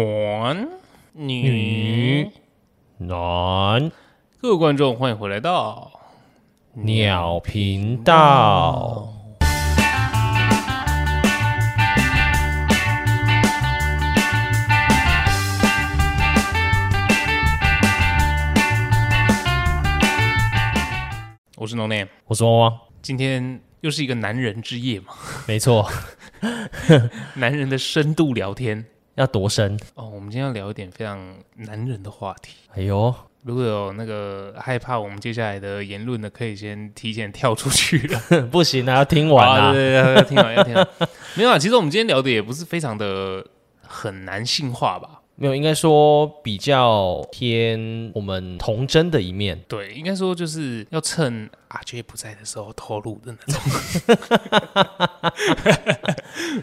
暖女女，暖各位观众，欢迎回来到鸟频道，我是 No Name。我是汪汪，今天又是一个男人之夜嘛， 没错，男人的深度聊天要多深？哦。我们今天要聊一点非常男人的话题。哎呦， 如果有那个害怕我们接下来的言论的，可以先提前跳出去了。不行啊，要听完啊啊，对对对，要听好，要听好。没有啊，其实我们今天聊的也不是非常的很男性化吧？没有，应该说比较偏我们童真的一面，对，应该说就是要趁阿 J 不在的时候透露的那种。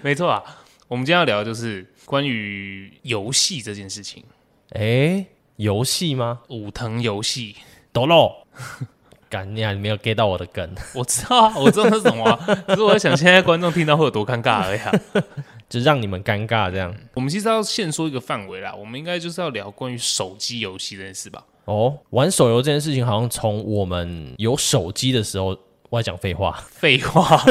没错啊，我们今天要聊的就是关于游戏这件事情，哎，游戏吗？武藤游戏。抖喽， 干你啊，你没有 get 到我的梗， 我知道啊，我知道那是什么、啊，只是我在想现在观众听到会有多尴尬而已、啊。就让你们尴尬这样。我们其实要限缩一个范围啦，我们应该就是要聊关于手机游戏这件事吧。哦，玩手游这件事情，好像从我们有手机的时候，我在讲废话，废话，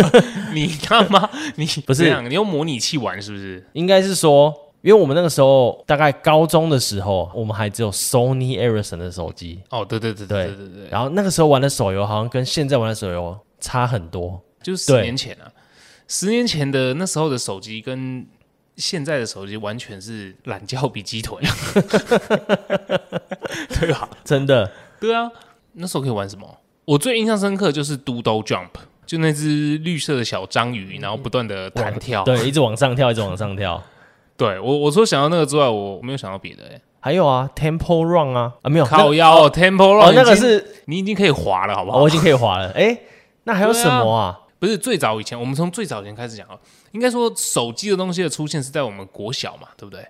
你他妈你不是这样你用模拟器玩是不是？应该是说，因为我们那个时候大概高中的时候，我们还只有 Sony Ericsson 的手机，哦，对对对对对对对，然后那个时候玩的手游好像跟现在玩的手游差很多，就是十对年前啊，十年前的那时候的手机跟现在的手机完全是懒觉比鸡 腿， 对吧？真的。对啊，那时候可以玩什么？我最印象深刻就是 Doodle Jump，就那只绿色的小章鱼，然后不断的弹跳。嗯对，一直往上跳，一直往上跳。对我我说想到那个之外，我没有想到别的、欸。 还有啊，Temple Run 啊，啊没有，靠腰、哦、Temple 那 Run，哦，那个已经是你已经可以滑了，好不好？哦我已经可以滑了。哎，那还有什么啊？不是最早以前，我们从最早以前开始讲啊，应该说手机的东西的出现是在我们国小嘛，对不对？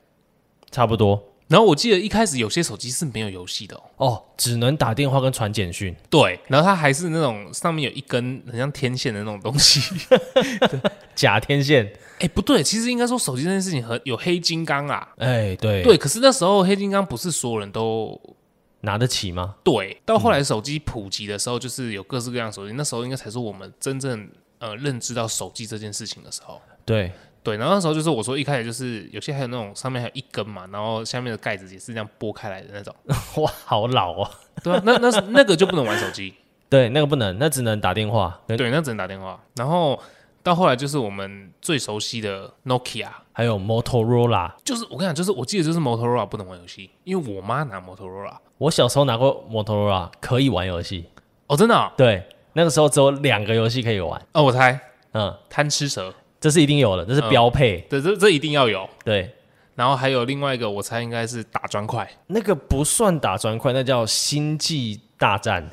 差不多然后我记得一开始有些手机是没有游戏的、哦，哦，只能打电话跟传简讯。对，然后它还是那种上面有一根很像天线的那种东西。假天线， 哎，不对，其实应该说手机这件事情和有黑金刚啊，哎，对，对，可是那时候黑金刚不是所有人都拿得起吗？对，到后来手机普及的时候，就是有各式各样的手机，那时候应该才是我们真正呃认知到手机这件事情的时候。对，对，然后那时候就是我说一开始就是有些还有那种上面还有一根嘛，然后下面的盖子也是这样剥开来的那种， 哇，好老哦。对啊，那那那个就不能玩手机，对，那个不能，那只能打电话，跟对，那只能打电话。然后到后来就是我们最熟悉的 Nokia，还有 Motorola。就是我跟你讲，就是我记得就是 Motorola 不能玩游戏，因为我妈拿 Motorola，我小时候拿过 Motorola，可以玩游戏。哦，真的哦，对，那个时候只有两个游戏可以玩。哦我猜嗯，贪吃蛇，这是一定有的，这是标配。对，这这一定要有。对，然后还有另外一个，我猜应该是打砖块，那个不算打砖块，那叫星际大战。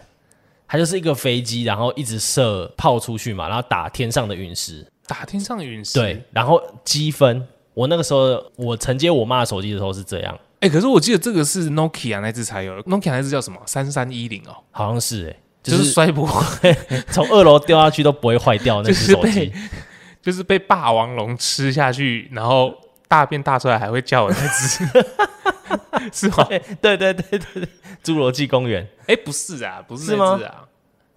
它就是一个飞机，然后一直射炮出去嘛，然后打天上的陨石。打天上的陨石。对，，然后积分。我那个时候，我承接我妈的手机的时候是这样，哎、可是我记得这个是 Nokia 那只才有，Nokia 那只叫什么？三三一零哦，好像是哎、就就是是摔不坏， 从二楼掉下去都不会坏掉那就 只是手被机。 就是被霸王龙吃下去，然后大便大出来还会叫的那只，是吗？对对对对对，侏罗纪公园哎、不是啊，不是是那吗只啊，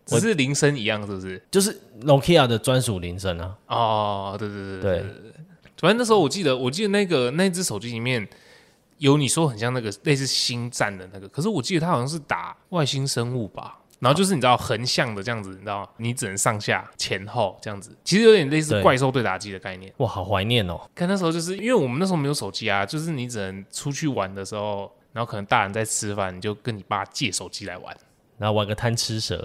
只是铃声一样，是不是？就是 Nokia 的专属铃声啊。哦，对对对对对，反正那时候我记得，我记得那个那只手机里面有你说很像那个类似星战的那个，可是我记得它好像是打外星生物吧。然后就是你知道横向的这样子，你知道你只能上下前后这样子，其实有点类似对怪兽对打机的概念。哇，好怀念哦。看那时候就是因为我们那时候没有手机啊，就是你只能出去玩的时候，然后可能大人在吃饭，你就跟你爸借手机来玩。然后玩个贪吃蛇，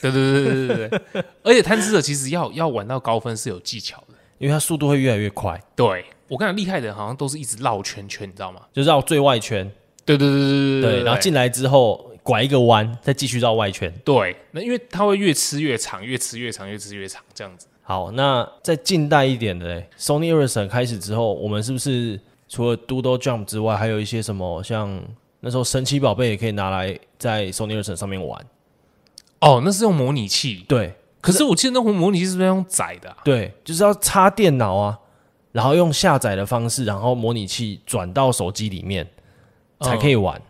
对对对对对对对，而且贪吃蛇其实要要玩到高分是有技巧的。 因为它速度会越来越快，对我跟你讲，厉害的人好像都是一直绕圈圈，你知道吗？就绕最外圈，对对对对对，然后进来之后拐一个弯，再继续绕外圈。对，那因为它会越吃越长，越吃越长，越吃越长这样子。好，那再近代一点的嘞，Sony Ericsson 开始之后，我们是不是除了 Doodle Jump 之外，还有一些什么像那时候神奇宝贝也可以拿来在 Sony Ericsson 上面玩？哦，那是用模拟器，对可是我记得那会模拟器是不是要用载的啊、对，就是要插电脑啊，然后用下载的方式，然后模拟器转到手机里面才可以玩。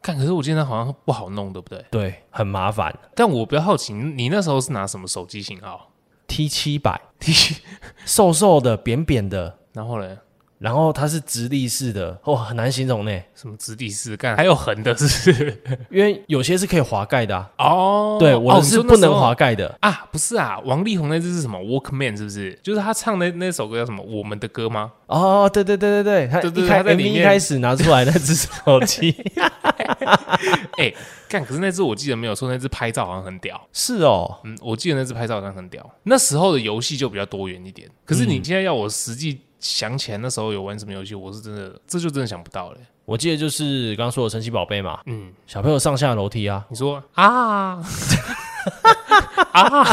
看，可是我记得那好像不好弄，对不对？对，很麻烦。但我比较好奇，你你那时候是拿什么手机型号 T 七百， ？T 七，瘦瘦的，扁扁的，然后嘞，然后它是直立式的，哦，很难形容呢，什么直立式干，还有横的是不是因为有些是可以滑盖的、啊，哦，对，我哦的你是说那不能时候滑盖的。啊，不是啊，王力宏那支是什么？Walkman 是不是？就是他唱的那首歌叫什么？我们的歌吗？哦，对对对对对，他对对一对开它在 MV 里一面开始拿出来那只手机， 哎、干，可是那支我记得没有错，那支拍照好像很屌。是哦，嗯，我记得那支拍照好像很屌。那时候的游戏就比较多元一点，可是你现在要我实际想起来那时候有玩什么游戏，我是真的这就真的想不到嘞、欸我记得就是刚刚说的神奇宝贝嘛，嗯，小朋友上下楼梯啊，你说啊啊，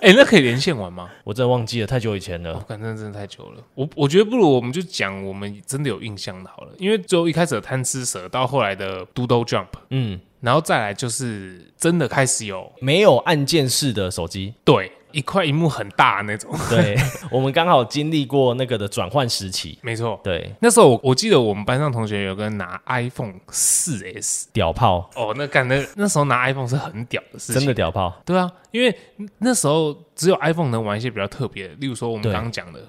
哎、那可以连线玩吗？我真的忘记了，太久以前我了。感真的真的太久了，我我觉得不如我们就讲我们真的有印象的好了，因为最后一开始的贪吃蛇，到后来的 Doodle Jump，嗯，然后再来就是真的开始有没有按键式的手机，对一块荧幕很大的那种， 对我们刚好经历过那个的转换时期，没错。对，那时候我我记得我们班上同学有个人拿 iPhone 四 S，屌炮，哦，那干那那时候拿 iPhone 是很屌的事情，真的屌炮，对啊，因为那时候只有 iPhone 能玩一些比较特别的，例如说我们对刚刚讲的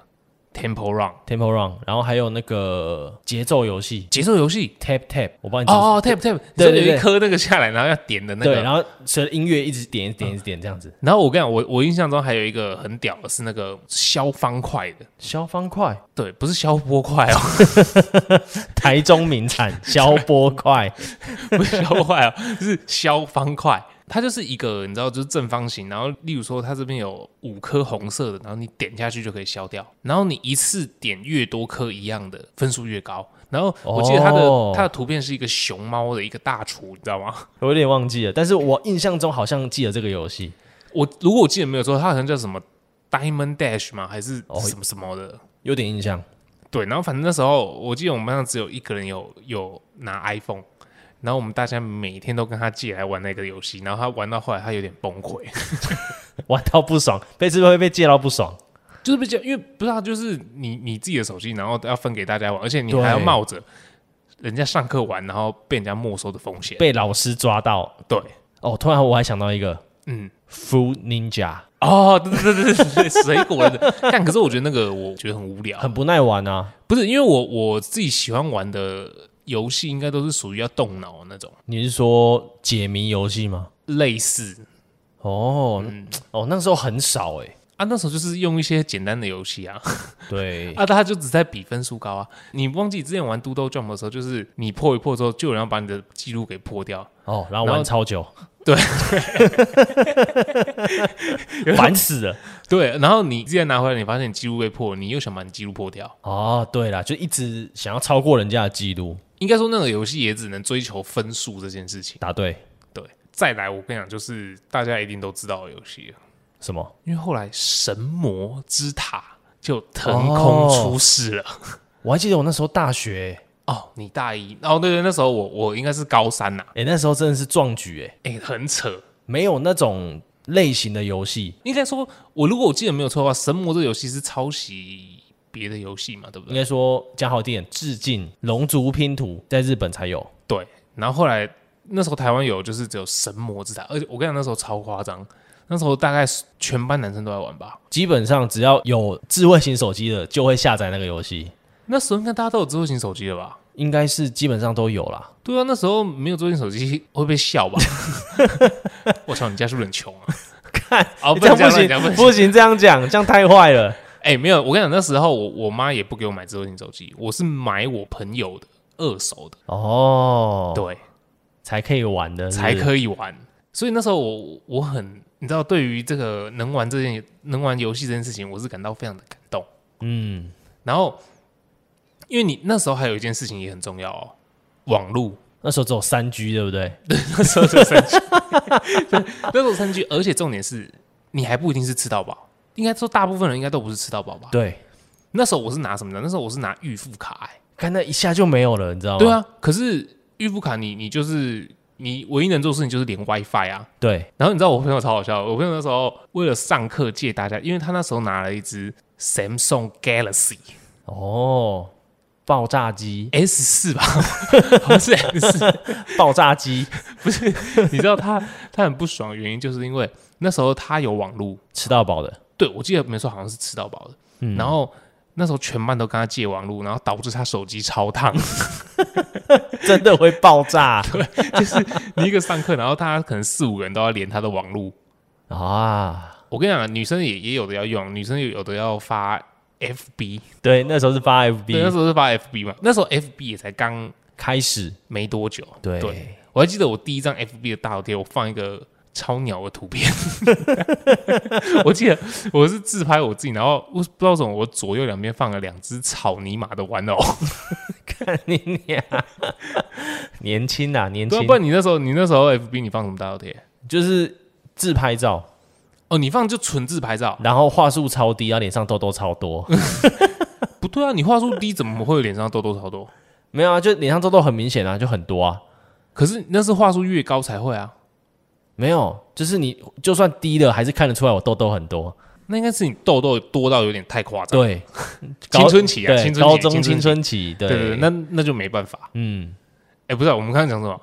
Temple Run Temple Run，然后还有那个节奏游戏节奏游戏， Tap Tap，我帮你记哦哦 Tap Tap，对对你说有对一颗那个下来，然后要点的那对，个，然后随着音乐一直点一直点一直点这样子，然后我跟你讲，我我印象中还有一个很屌的是那个削方块的，消方块，对，不是削波块哦，台中名 产消波块，不是削波块哦， 是削方块。它就是一个你知道，就是正方形，然后例如说它这边有五颗红色的，然后你点下去就可以削掉，然后你一次点越多颗一样的，分数越高。然后我记得它的、哦它的图片是一个熊猫的一个大厨，你知道吗？我有点忘记了，但是我印象中好像记得这个游戏，我如果我记得没有错，它好像叫什么 Diamond Dash 吗？还是哦什么什么的？有点印象。对，然后反正那时候我记得我们班上只有一个人有有拿 iPhone，然后我们大家每天都跟他借来玩那个游戏，然后他玩到后来他有点崩溃，玩到不爽，被是不是会被借到不爽？就是被借，因为不知道就是你你自己的手机，然后要分给大家玩，而且你还要对冒着人家上课玩，然后被人家没收的风险。被老师抓到。对，哦，突然我还想到一个嗯， Food Ninja，哦，对对对对对，水果的，但可是我觉得那个我觉得很无聊，很不耐玩啊。不是因为我我自己喜欢玩的游戏，应该都是属于要动脑的那种，你是说解谜游戏吗？类似哦，嗯哦，那时候很少哎、啊，那时候就是用一些简单的游戏啊，对，啊，大家就只在比分数高啊。你忘记之前玩 Doodle Jump 的时候，就是你破一破之后，就有人要把你的记录给破掉，哦，然然后玩后超久，对， 烦死了。对，然后你自己拿回来，你发现你记录被破，你又想把你记录破掉。哦，对啦，就一直想要超过人家的记录，应该说那个游戏也只能追求分数这件事情。答对对，再来我跟你讲，就是大家一定都知道的游戏了，什么？因为后来神魔之塔就腾空出世了。我还记得我那时候大学、哦，你大一哦，对对，那时候我我应该是高三呐、哎、那时候真的是壮举哎、哎、很扯，没有那种类型的游戏，应该说，我如果我记得没有错的话，《神魔》这个游戏是抄袭别的游戏嘛，对不应对？该说讲好听点，致敬《龙族拼图》在日本才有。对。然后后来那时候台湾有，就是只有《神魔之塔》，而且我跟你讲，那时候超夸张，那时候大概全班男生都在玩吧。基本上只要有智慧型手机的，就会下载那个游戏，那时候应该大家都有智慧型手机了吧？应该是基本上都有啦。对啊，那时候没有智慧型手机会被笑吧？ 我操，你家是不是很穷啊？看，哦，欸不这样能不乱讲不行，能不行，这样讲，这样太坏了。哎、没有，我跟你讲，那时候我我妈也不给我买智慧型手机，我是买我朋友的二手的，哦，对，才可以玩的，才以。可以玩。所以那时候我我很，你知道，对于这个能玩这件能玩游戏这件事情，我是感到非常的感动。嗯，然后，因为你那时候还有一件事情也很重要哦，网路。那时候只有三 G，对不对？那时候就三 G，那时候三 G，而且重点是你还不一定是吃到饱，应该说大部分人应该都不是吃到饱吧？对，那时候我是拿什么的？那时候我是拿预付卡、哎哦啊看那一下就没有了，你知道吗？对，啊，可是预付卡你你就是你唯一能做的事情就是连 WiFi 啊。对，然后你知道我朋友超好笑的，我朋友那时候为了上课借大家，因为他那时候拿了一只 Samsung Galaxy 哦，爆炸机， S 四吧， 好像是 S 四， 爆炸机，你知道他他很不爽的原因，就是因为那时候他有网路，吃到饱的，对我记得没错，好像是吃到饱的。嗯然后那时候全班都跟他借网路，然后导致他手机超烫。 真的会爆炸你一个上课，然后大家可能四五个人都要连他的网路。 啊！我跟你讲，女生也也有的要用，女生也有的要发 FB，对，那时候是发对，那 FB 时候是发 FB 嘛，那时候 FB 也才刚开始，没多久。对， 对我还记得我第一张 FB 的大头贴，我放一个超鸟的图片。 我记得我是自拍我自己，然后我不知道怎么，我左右两边放了两只草泥马的玩偶。看你娘，年轻啊，年对啊，轻不，然你那时候你那时候 FB 你放什么大头贴？就是自拍照，哦，你放就纯自拍照？然后话术超低，然后脸上痘痘超多， 不对啊，你话术低怎么会有脸上痘痘超多？没有啊，就脸上痘痘很明显啊，就很多啊，可是那是话术越高才会啊，没有，就是你就算低了，还是看得出来我痘痘很多。那应该是你痘痘多到有点太夸张。对，青春期啊对青春期高青春中期青春期，对对对对，那那就没办法。嗯，哎，不是啊、我们刚刚讲什么？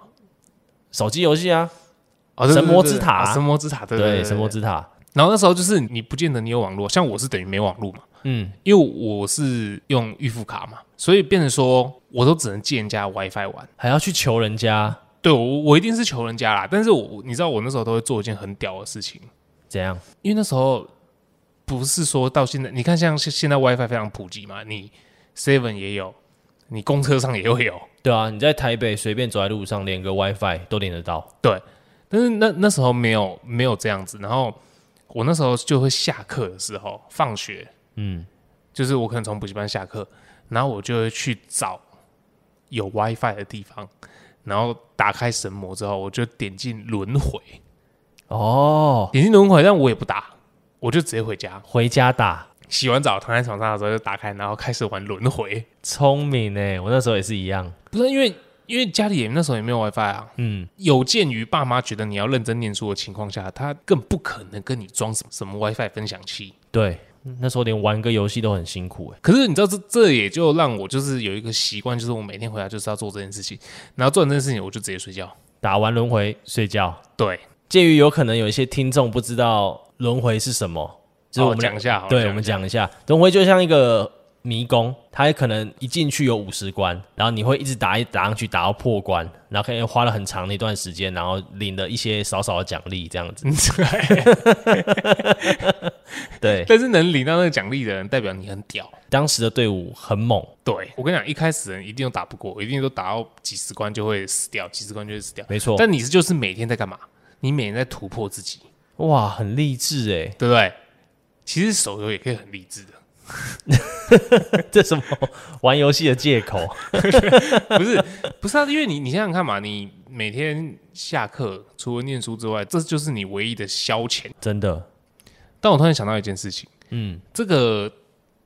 手机游戏啊，哦，对对对神魔之塔啊神魔之塔，对对，对，神魔之塔，然后那时候就是你不见得你有网络，像我是等于没网络嘛，嗯，因为我是用预付卡嘛，所以变成说我都只能借人家 WiFi 玩。还要去求人家对我，我一定是求人家啦，但是我你知道我那时候都会做一件很屌的事情，怎样？因为那时候不是说到现在，你看像现现在 WiFi 非常普及嘛，你 Seven 也有，你公车上也会有，对啊，你在台北随便走在路上连个 WiFi 都连得到，但是那那时候没有没有这样子，然后我那时候就会下课的时候，放学，嗯，就是我可能从补习班下课，然后我就会去找有 WiFi 的地方，然后打开神魔之后，我就点进轮回，哦，点进轮回，但我也不打，我就直接回家，回家打，洗完澡躺在床上的时候就打开，然后开始玩轮回。聪明哎，我那时候也是一样，不是因为因为家里也那时候也没有 WiFi 啊，嗯，有鉴于爸妈觉得你要认真念书的情况下，他更不可能跟你装什么什么 WiFi 分享器。对，那时候连玩个游戏都很辛苦哎，可是你知道这这也就让我就是有一个习惯，就是我每天回来就是要做这件事情，然后做完这件事情我就直接睡觉。打完轮回睡觉。对，鉴于有可能有一些听众不知道轮回是什么，就是我好们俩讲一下好了，对，我们一下讲一下，轮回就像一个迷宫，它可能一进去有五十关，然后你会一直打，一直打上去，打到破关，然后可能花了很长的一段时间，然后领了一些少少的奖励，这样子。对， 但是能领到那个奖励的人，代表你很屌。当时的队伍很猛，对我跟你讲，一开始人一定都打不过，一定都打到几十关就会死掉，几十关就会死掉。没错。但你是就是每天在干嘛？你每天在突破自己，哇，很励志哎，对不对？其实手游也可以很励志的。 这什么玩游戏的借口？ 不是 不是啊，因为你你想想看嘛，你每天下课除了念书之外，这就是你唯一的消遣。真的，但我突然想到一件事情，嗯，这个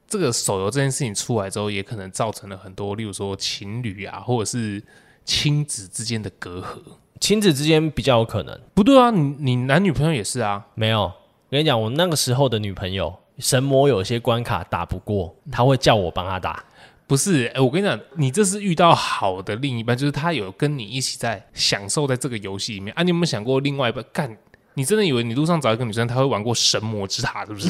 这个手游这件事情出来之后，也可能造成了很多，例如说情侣啊，或者是亲子之间的隔阂。亲子之间比较有可能。不对啊，你你男女朋友也是啊，没有，跟你讲，我那个时候的女朋友神魔有些关卡打不过，她会叫我帮她打。不是？哎、我跟你讲，你这是遇到好的另一半，就是他有跟你一起在享受在这个游戏里面啊。你有没有想过另外一半干？你真的以为你路上找一个女生，她会玩过神魔之塔，是不是？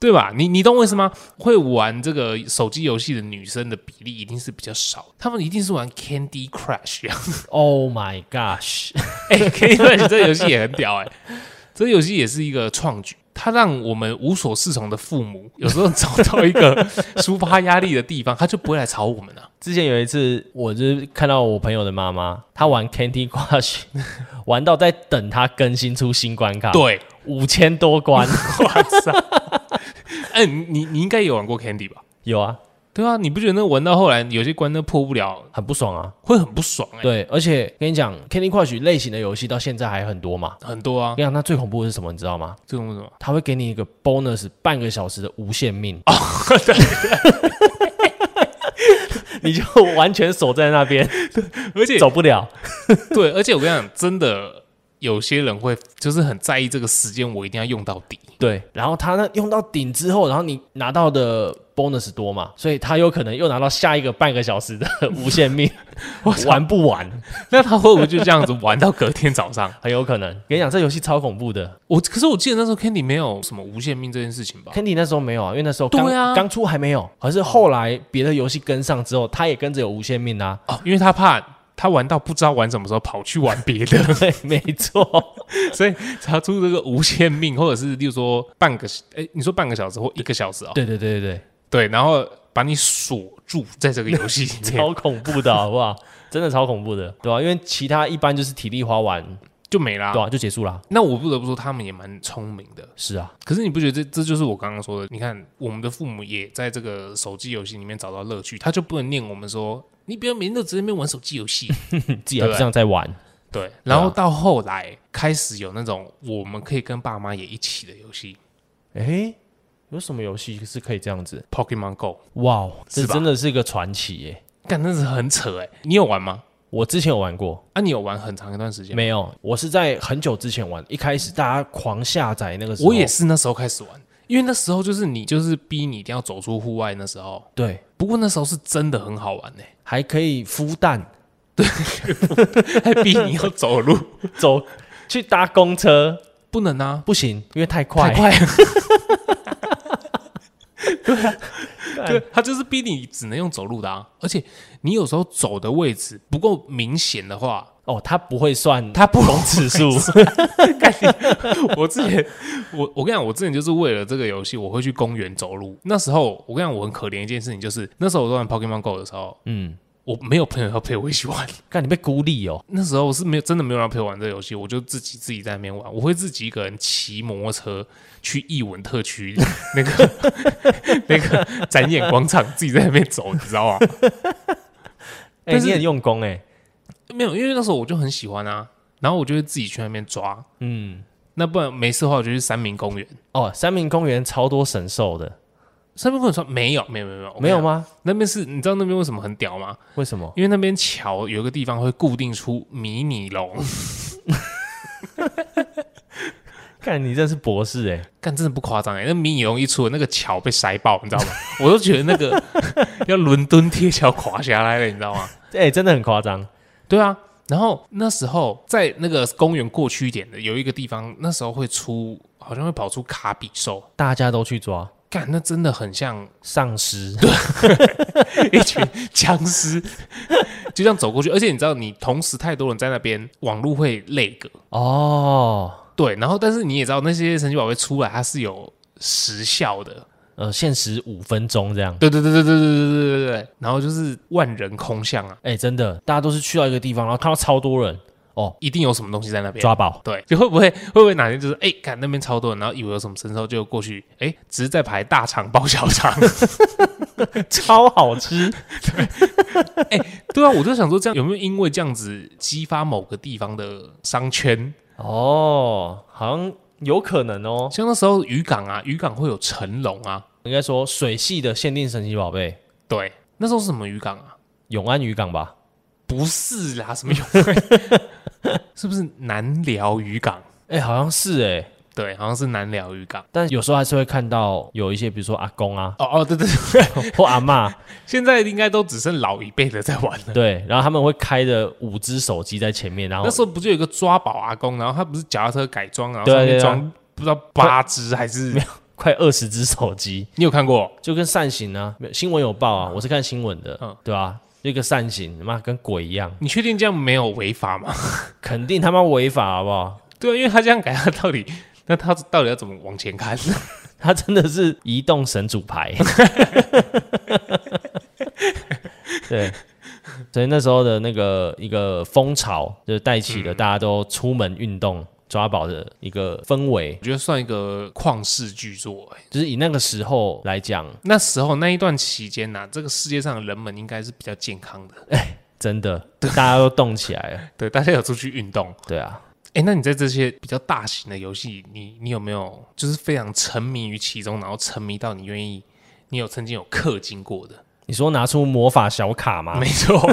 对吧？你你懂我意思吗？会玩这个手机游戏的女生的比例一定是比较少，她们一定是玩 Candy Crush 啊。 Oh my gosh！ 哎、c a n d y Crush 这个游戏也很屌哎、这个游戏也是一个创举，它让我们无所适从的父母有时候找到一个抒发压力的地方，他就不会来吵我们啊了、之前有一次，我就是看到我朋友的妈妈，她玩 Candy Crush，玩 到在等她更新出新关卡，，对，五千多 关，哇塞！ 哎、你你你应该也玩过 Candy 吧？有啊，对啊，你不觉得那玩到后来有些关都破不了，很不爽啊。会很不爽哎、对，而且跟你讲，Candy Crush 类型的游戏到现在还很多嘛。很多啊跟，你讲，它最恐怖的是什么？你知道吗？这种什么？它会给你一个 bonus 半个小时的无限命， 你就完全守在那边，而且走不了。对，而且我跟你讲，真的有些人会就是很在意这个时间，我一定要用到底。对，然后他那用到顶之后，然后你拿到的 bonus 多嘛，所以他有可能又拿到下一个半个小时的无限 命，玩不完，那他会不会就这样子玩到隔天早上？ 很有可能。跟你讲，这游戏超恐怖的。我可是我记得那时候 Candy 没有什么无限命这件事情吧？ Candy 那时候没有啊，因为那时候刚对啊刚出还没有，可是后来别的游戏跟上之后，他也跟着有无限命啊。哦，因为他怕他玩到不知道玩什么时候跑去玩别的， 对，没错，所以查出这个无限命，或者是例如说半个，哎、你说半个小时或一个小时哦， 对对对对对，然后把你锁住在这个游 戏对，里面，超恐怖的好不 好？真的超恐怖的，对吧、因为其他一般就是体力花完，就没啦对。吧、就结束啦。那我不得不说，他们也蛮聪明的。是啊，可是你不觉得这这就是我刚刚说的？你看，我们的父母也在这个手机游戏里面找到乐趣，他就不能念我们说你不要每天都只在那边玩手机游 戏。你自己还不对这样在玩，对，啊然后到后来开始有那种我们可以跟爸妈也一起的游戏哎、有什么游戏是可以这样子？ ，Pokemon Go，哇哦，这是吧真的是个传奇耶！干那是很扯哎、你有玩吗？我之前有玩过，啊，你有玩很长一段时间吗？没有，我是在很久之前玩，一开始大家狂下载那个时候，我也是那时候开始玩，因为那时候就是你就是逼你一定要走出户外那时候。对，不过那时候是真的很好玩呢、欸还可以孵蛋，还逼你要 走路，走去搭公车，不能啊，不行，因为太快，太快啊了。 干对，他就是逼你只能用走路的啊，而且你有时候走的位置不够明显的话，哦，它不会算它不容指数， 我之前， 我我跟你讲，我之前就是为了这个游戏，我会去公园走路。那时候我跟你讲，我很可怜一件事情，就是那时候我在玩 Pokemon Go 的时候，嗯，我没有朋友要陪我一起玩。看你被孤立哦，那时候我是没有真的没有人陪我玩这个游戏，我就自己自己在那边玩。我会自己一个人骑摩托车去艺文特区那个 那个展演广场，自己在那边走，你知道吗？哎、但是你很用功哎，没有，因为那时候我就很喜欢啊，然后我就会自己去那边抓。嗯，那不然没事的话，我就去三明公园。哦，三明公园超多神兽的，三明公园说没有，没有，没有，没有，我跟没你有讲吗？那边是你知道那边为什么很屌吗？为什么？因为那边桥有一个地方会固定出迷你龙，看你真是博士哎，干真的不夸张哎，那迷你龙一出，那个桥被塞爆，你知道吗？ 我都觉得那个 要伦敦铁桥垮下来了，你知道吗？哎、真的很夸张，对啊，然后那时候在那个公园过去一点的有一个地方，那时候会出，好像会跑出卡比兽。大家都去抓干，那真的很像 丧尸，一群僵尸，就这样走过去。而且你知道，你同时太多人在那边，网路会累格。哦，对，然后但是你也知道，那些神奇宝贝出来它是有时效的，呃，限时五分钟这样。对对对对对对对对对对，然后就是万人空巷啊，哎、真的，大家都是去到一个地方，然后看到超多人，一定有什么东西在那边。抓 宝。对，啊就会不会会不会哪天就是哎，看、那边超多人，然后以为有什么神兽就过去，哎、只是在排大肠包小肠。超好吃。对啊，我就想说这样有没有因为这样子激发某个地方的商圈？哦，好像有可能哦。像那时候渔港啊，渔港会有成龙啊，应该说水系的限定神奇宝贝，对，那时候是什么渔港啊？永安渔港吧？不是啦，什么永是不是南寮渔港？哎、好像是哎、对，好像是南寮渔港。但有时候还是会看到有一些，比如说阿公啊 哦哦，对对，对或阿嬷，现在应该都只剩老一辈的在玩了。对，然后他们会开着五只手机在前面，然后那时候不就有一个抓宝阿公，然后他不是脚踏车改装，然后对啊上面对啊装不知道八只还是快二十只手机， 你有看过？就跟扇形啊，没有新闻有报啊，我是看新闻的，嗯对吧、啊？一个扇形，妈跟鬼一样，你确定这样没有违法吗？ 肯定他妈违法，好不好？对啊，因为他这样改，他到底那他到底要怎么往前看？ 他真的是移动神主牌。 对，所以那时候的那个一个风潮，就是带起嗯了大家都出门运动抓宝的一个氛围。我觉得算一个旷世巨作、欸。就是以那个时候来讲，那时候那一段期间呐、这个世界上的人们应该是比较健康的，真的大家都动起来了。 对，大家有出去运动。对啊，哎、那你在这些比较大型的游戏，你你有没有就是非常沉迷于其中，然后沉迷到你愿意，你有曾经有氪金过的？你说拿出魔法小卡吗 没？错。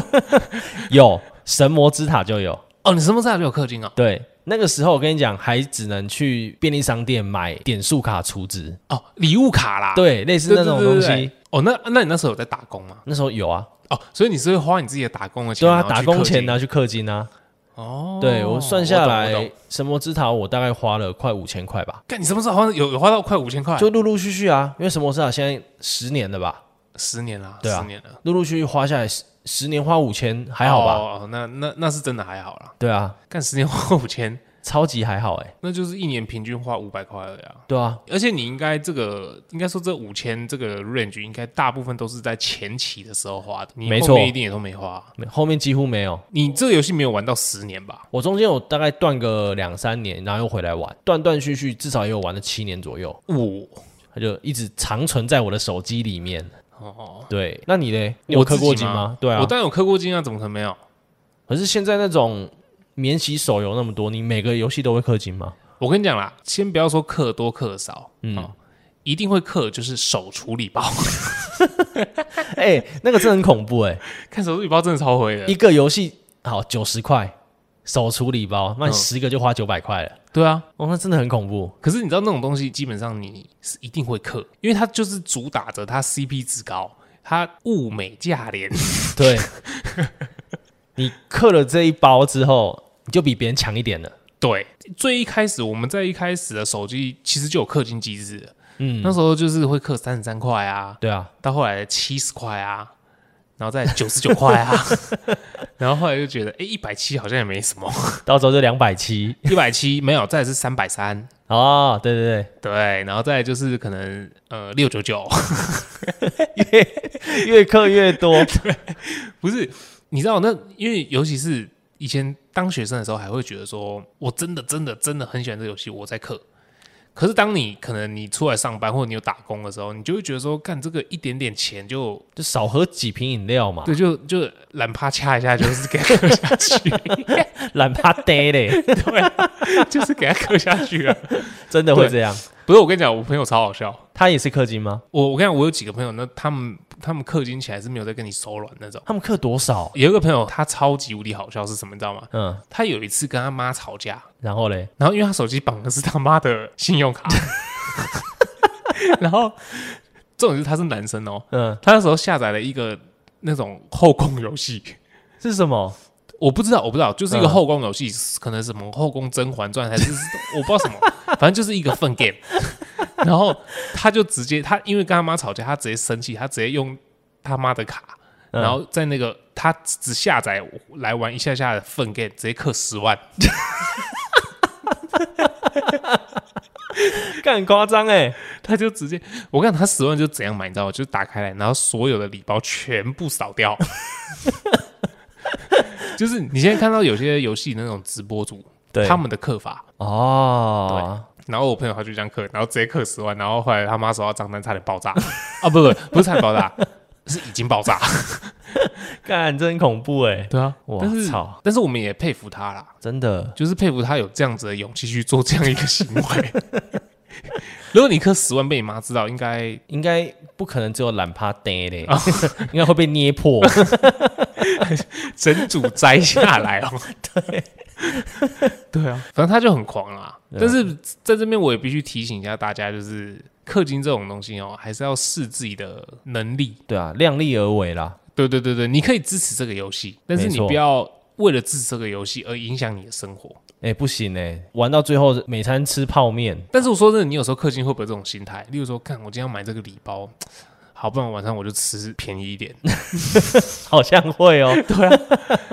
有，神魔之塔就有。 哦，你什么时候就有氪金哦？对，那个时候我跟你讲，还只能去便利商店买点数卡储值，哦，礼物卡啦，对，类似对，那种东西。对。对对对哦，那那你那时候有在打工吗？那时候有啊，哦，所以你是会花你自己的打工的钱，对啊，然后去打工钱氪金拿去氪金啊。哦，对我算下懂来，我懂神魔之塔我大概花了快五千块吧，干你什么时候好像有有花到快五千块？就陆陆续续啊，因为神魔之塔现在十年了吧，十年啦，对啊十年了，陆陆续续花下来十十年花五千，还好吧？哦，哦那那那是真的还好啦。对啊，干十年花五千， 超级还好哎、那就是一年平均花五百块了呀。对啊，而且你应该这个，应该说这五千这个 range 应该大部分都是在前期的时候花的，你没后错面一定也都没花。没后面几乎没有。你这个游戏没有玩到十年吧？我中间有大概断个两三年，然后又回来玩，断断续续至少也有玩了七年左右，我它就一直长存在我的手机里面。哦，对，那你嘞？你有氪过金吗？对啊我，当然有氪过金啊，怎么可能没有？可是现在那种免洗手游那么多，你每个游戏都会氪金吗？我跟你讲啦，先不要说氪多氪少，嗯、一定会氪就是手处理包， 哎、那个真的很恐怖哎、看手处理包真的超灰的 一。个游戏好九十块，手处理包，那你嗯十个就花九百块了，对啊，哦，那真的很恐怖。可是你知道那种东西，基本上你是一定会氪，因为它就是主打着它 CP 值高，它物美价 廉。 对，你氪了这一包之后，你就比别人强一点了。对，最一开始我们在一开始的手机其实就有氪金机制了，嗯，那时候就是会氪三十三块啊，对啊，到后来七十块啊，然后再九十九块 啊，然后后来就觉得，哎，一百七好像也没什么，到时候就两百七一百七没有，再来是三百三，哦，对对对，然后再来就是可能呃六九九， 对，越氪越多。不是，你知道那因为尤其是以前当学生的时候，还会觉得说我真的真的真的很喜欢这个游戏，我在氪。可是当你可能你出来上班或者你有打工的时候，你就会觉得说，干这个一点点钱就 就少喝几瓶饮料嘛，对，就就懒趴掐一下，就是 给它氪下去， 懒趴呆 嘞，就是给它氪下去了。 真的会这样。不是我跟你讲，我朋友超好笑。他也是氪金吗？我我跟你讲，我有几个朋友，那他们他们氪金起来是没有在跟你手软那种。他们氪多少？有一个朋友，他超级无敌好笑是什么，你知道吗？嗯，他有一次跟他妈吵架，然后嘞，然后因为他手机绑的是他妈的信用 卡，然后重点是他是男生哦，嗯，他那时候下载了一个那种后宫游戏，是什么？我不知道，我不知道，就是一个嗯后宫游戏，可能什么后宫甄嬛传还是我不知道什么，反正就是一个粪 game。然后他就直接他因为跟他妈吵架，他直接生气，他直接用他妈的卡，嗯然后在那个他只下载来玩一下下的粪 game，直接氪十万。干很夸张哎，他就直接，我看他十万就怎样买，你知道吗？就打开来，然后所有的礼包全部扫掉。 就是你现在看到有些游戏那种直播主，对，他们的氪法，哦，然后我朋友他就这样氪，然后直接氪十万，然后后来他妈收到账单差点爆炸啊！不不不是差点爆炸，是已经爆炸。干真恐怖哎， 对啊，哇但是操，但是我们也佩服他啦，真的就是佩服他有这样子的勇气去做这样一个行为。 如果你氪十万被你妈知道，应该应该不可能只有懒趴呆嘞， 应该会被捏 破。整组摘下来 哦。对，对啊，反正他就很狂啦。啊但是在这边我也必须提醒一下大家，就是氪金这种东西哦，还是要视自己的能力。对啊，量力而为啦。对对对对，你可以支持这个游戏，但是没你错不要为了支持这个游戏而影响你的生活。哎、不行哎、玩到最后每餐吃泡面，但是我说真的，你有时候氪金会不会有这种心态？例如说，看我今天要买这个礼包，好，不然晚上我就吃便宜一 点。好像会哦。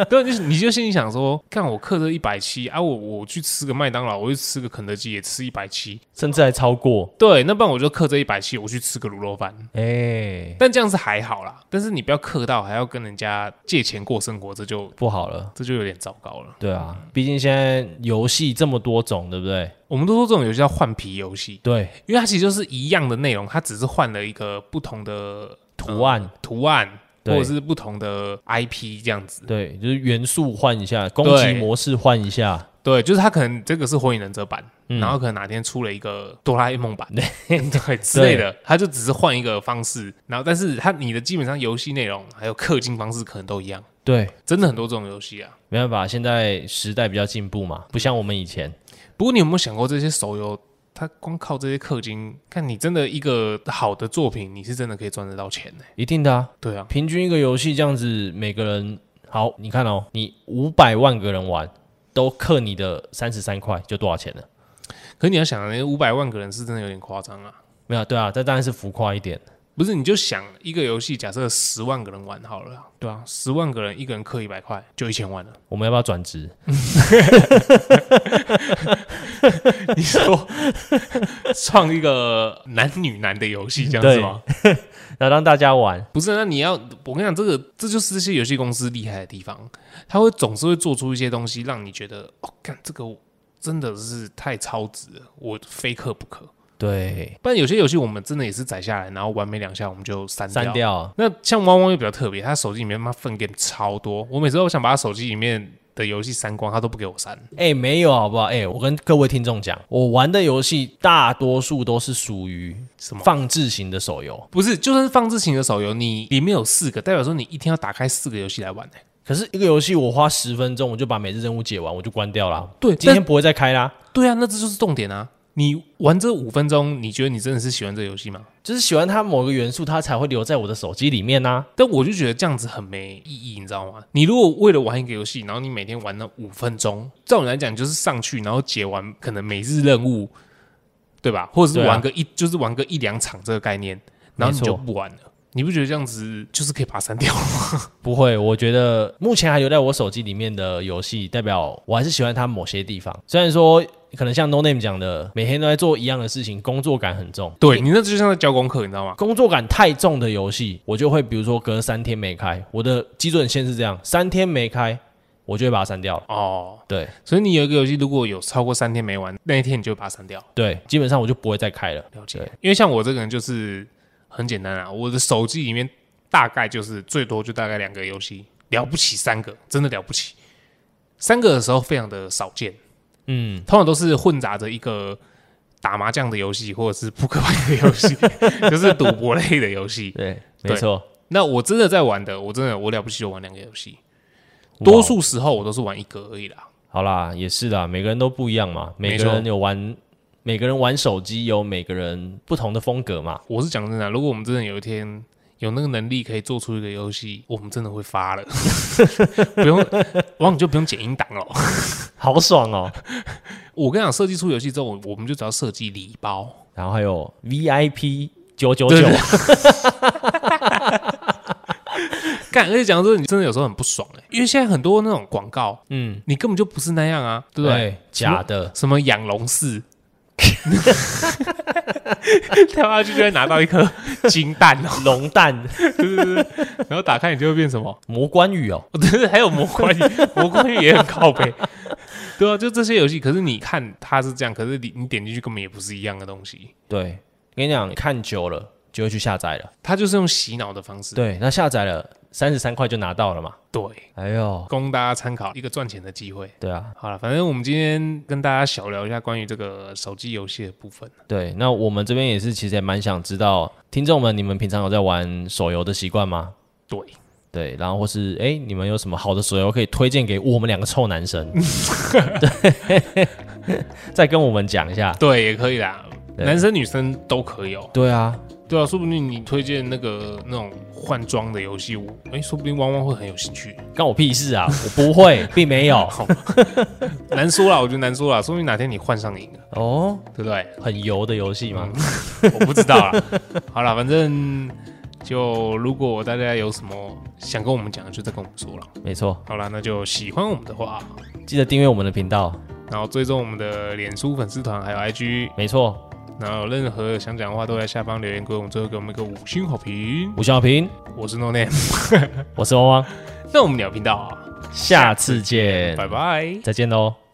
对，就是你就心里想说，看我氪这一百七啊，我我去吃个麦当劳，我去吃个肯德基也吃一百七， 甚至还超过。对，那不然我就克这一百七，我去吃个卤肉饭。哎、但这样是还好啦，但是你不要克到还要跟人家借钱过生活，这就不好了。这就有点糟糕了。对啊，毕竟现在游戏这么多种，对不对？我们都说这种游戏叫换皮游戏，对，因为它其实就是一样的内容，它只是换了一个不同的呃图案、图案或对者是不同的 IP 这样子。对，就是元素换一下，攻击对模式换一下，对，就是他可能这个是火影忍者版，嗯然后可能哪天出了一个哆啦 A 梦版，对之类的，他就只是换一个方式，然后但是他你的基本上游戏内容还有氪金方式可能都一样，对，真的很多这种游戏啊。没办法，现在时代比较进步嘛，不像我们以前。不过你有没有想过，这些手游它光靠这些氪金，看你真的一个好的作品，你是真的可以赚得到钱呢、一定的啊，对啊，平均一个游戏这样子，每个人好，你看哦，你五百万个人玩，都克你的三十三块，就多少钱呢？可你要想啊，那五百万个人是真的有点夸张啊。没有，对啊，这当然是浮夸一点。不是，你就想一个游戏，假设十万个人玩好了啊，对啊，十万个人一个人氪一百块，就一千万了。我们要不要转职？你 说创一个男女男的游戏这样子吗？然后让大家玩，不是，那你要我跟你讲，这个这就是这些游戏公司厉害的地方，他会总是会做出一些东西，让你觉得哦，干这个真的是太超值了，我非氪不可。对，不然有些游戏我们真的也是载下来，然后玩没两下我们就删删掉啊，那像汪汪又比较特别，他手机里面妈粪 game 超多，我每次都想把他手机里面的游戏删光，他都不给我删。哎、没有好不好？哎、我跟各位听众讲，我玩的游戏大多数都是属于什么放置型的手游，不是，就算是放置型的手游，你里面有四个，代表说你一天要打开四个游戏来玩、欸、可是一个游戏我花十分钟，我就把每日任务解完，我就关掉 啦。对今天但不会再开啦。对啊，那这就是重点啊！你玩这五分钟，你觉得你真的是喜欢这个游戏吗？就是喜欢它某个元素，它才会留在我的手机里面呐、但我就觉得这样子很没意义，你知道吗？你如果为了玩一个游戏，然后你每天玩那五分钟，照你来讲就是上去，然后解完可能每日任务，对吧？或者是对啊玩个一，就是玩个一两场这个概念，然后你没错就不玩了。你不觉得这样子就是可以把它删掉 吗？不会，我觉得目前还留在我手机里面的游戏，代表我还是喜欢它某些地方。虽然说可能像 No Name 讲的，每天都在做一样的事情，工作感很重。对你那就像在教功课，你知道吗？工作感太重的游戏，我就会比如说隔三天没开，我的基准线是这样，三天没开，我就会把它删掉了。哦，对所以你有一个游戏如果有超过三天没玩，那一天你就会把它删掉。对，基本上我就不会再开了。了对解。因为像我这个人就是很简单啊，我的手机里面大概就是最多就大概两个游戏，了不起三个，真的了不起。三个的时候非常的少见，嗯，通常都是混杂着一个打麻将的游戏或者是扑克牌的游戏， 就是赌博类的游戏。对，对没错。那我真的在玩的，我真的我了不起就玩两个游戏，哦多数时候我都是玩一个而已啦。好啦，也是啦，每个人都不一样嘛，每没个错人有玩，每个人玩手机有每个人不同的风格嘛。我是讲真的啊、如果我们真的有一天有那个能力可以做出一个游戏，我们真的会发了，不用，往你就不用剪音档了。好爽哦！我跟你讲，设计出游戏之后，我我们就只要设计礼包，然后还有 VIP 九九对九对，干。而且讲到这个，你真的有时候很不爽哎、因为现在很多那种广告，嗯，你根本就不是那样啊，对不对？对，假的，什么养龙寺。 跳下去就会拿到一颗金蛋哦，龙蛋然后打开你就会变什么？魔关羽哦，我对，还有魔关羽，魔关羽也很靠背。 对啊，就这些游戏，可是你看它是这样，可是你你点进去根本也不是一样的东西，对，跟你讲，看久了就会去下载了。它就是用洗脑的方式。对，那下载了三十三块就拿到了嘛。对，哎呦，供大家参考一个赚钱的机会。对啊，好了，反正我们今天跟大家小聊一下关于这个手机游戏的部分。对，那我们这边也是，其实也蛮想知道，听众们，你们平常有在玩手游的习惯吗？对，对，然后或是哎、你们有什么好的手游可以推荐给我们两个臭男 生？对，再跟我们讲一下。对，也可以啦，对男生女生都可以哦。对啊，对啊，说不定你推荐那个那种换装的游戏，我哎，说不定汪汪会很有兴趣。干我屁事啊！我不会，并没有。难说啦，我觉得难说啦，说不定哪天你换上瘾了， 哦，对不对？很油的游戏吗？ 我不知道啦。好了，反正就如果大家有什么想跟我们讲的，就再跟我们说了。没错，好啦，那就喜欢我们的话，记得订阅我们的频道。然后追踪我们的脸书粉丝团还有 IG，没错，然后有任何想讲的话都在下方留言给我们，最后给我们一个五星好评。吴小平，我是 No Name，我是汪汪，那我们聊频道啊，下次见，拜拜。再见喽。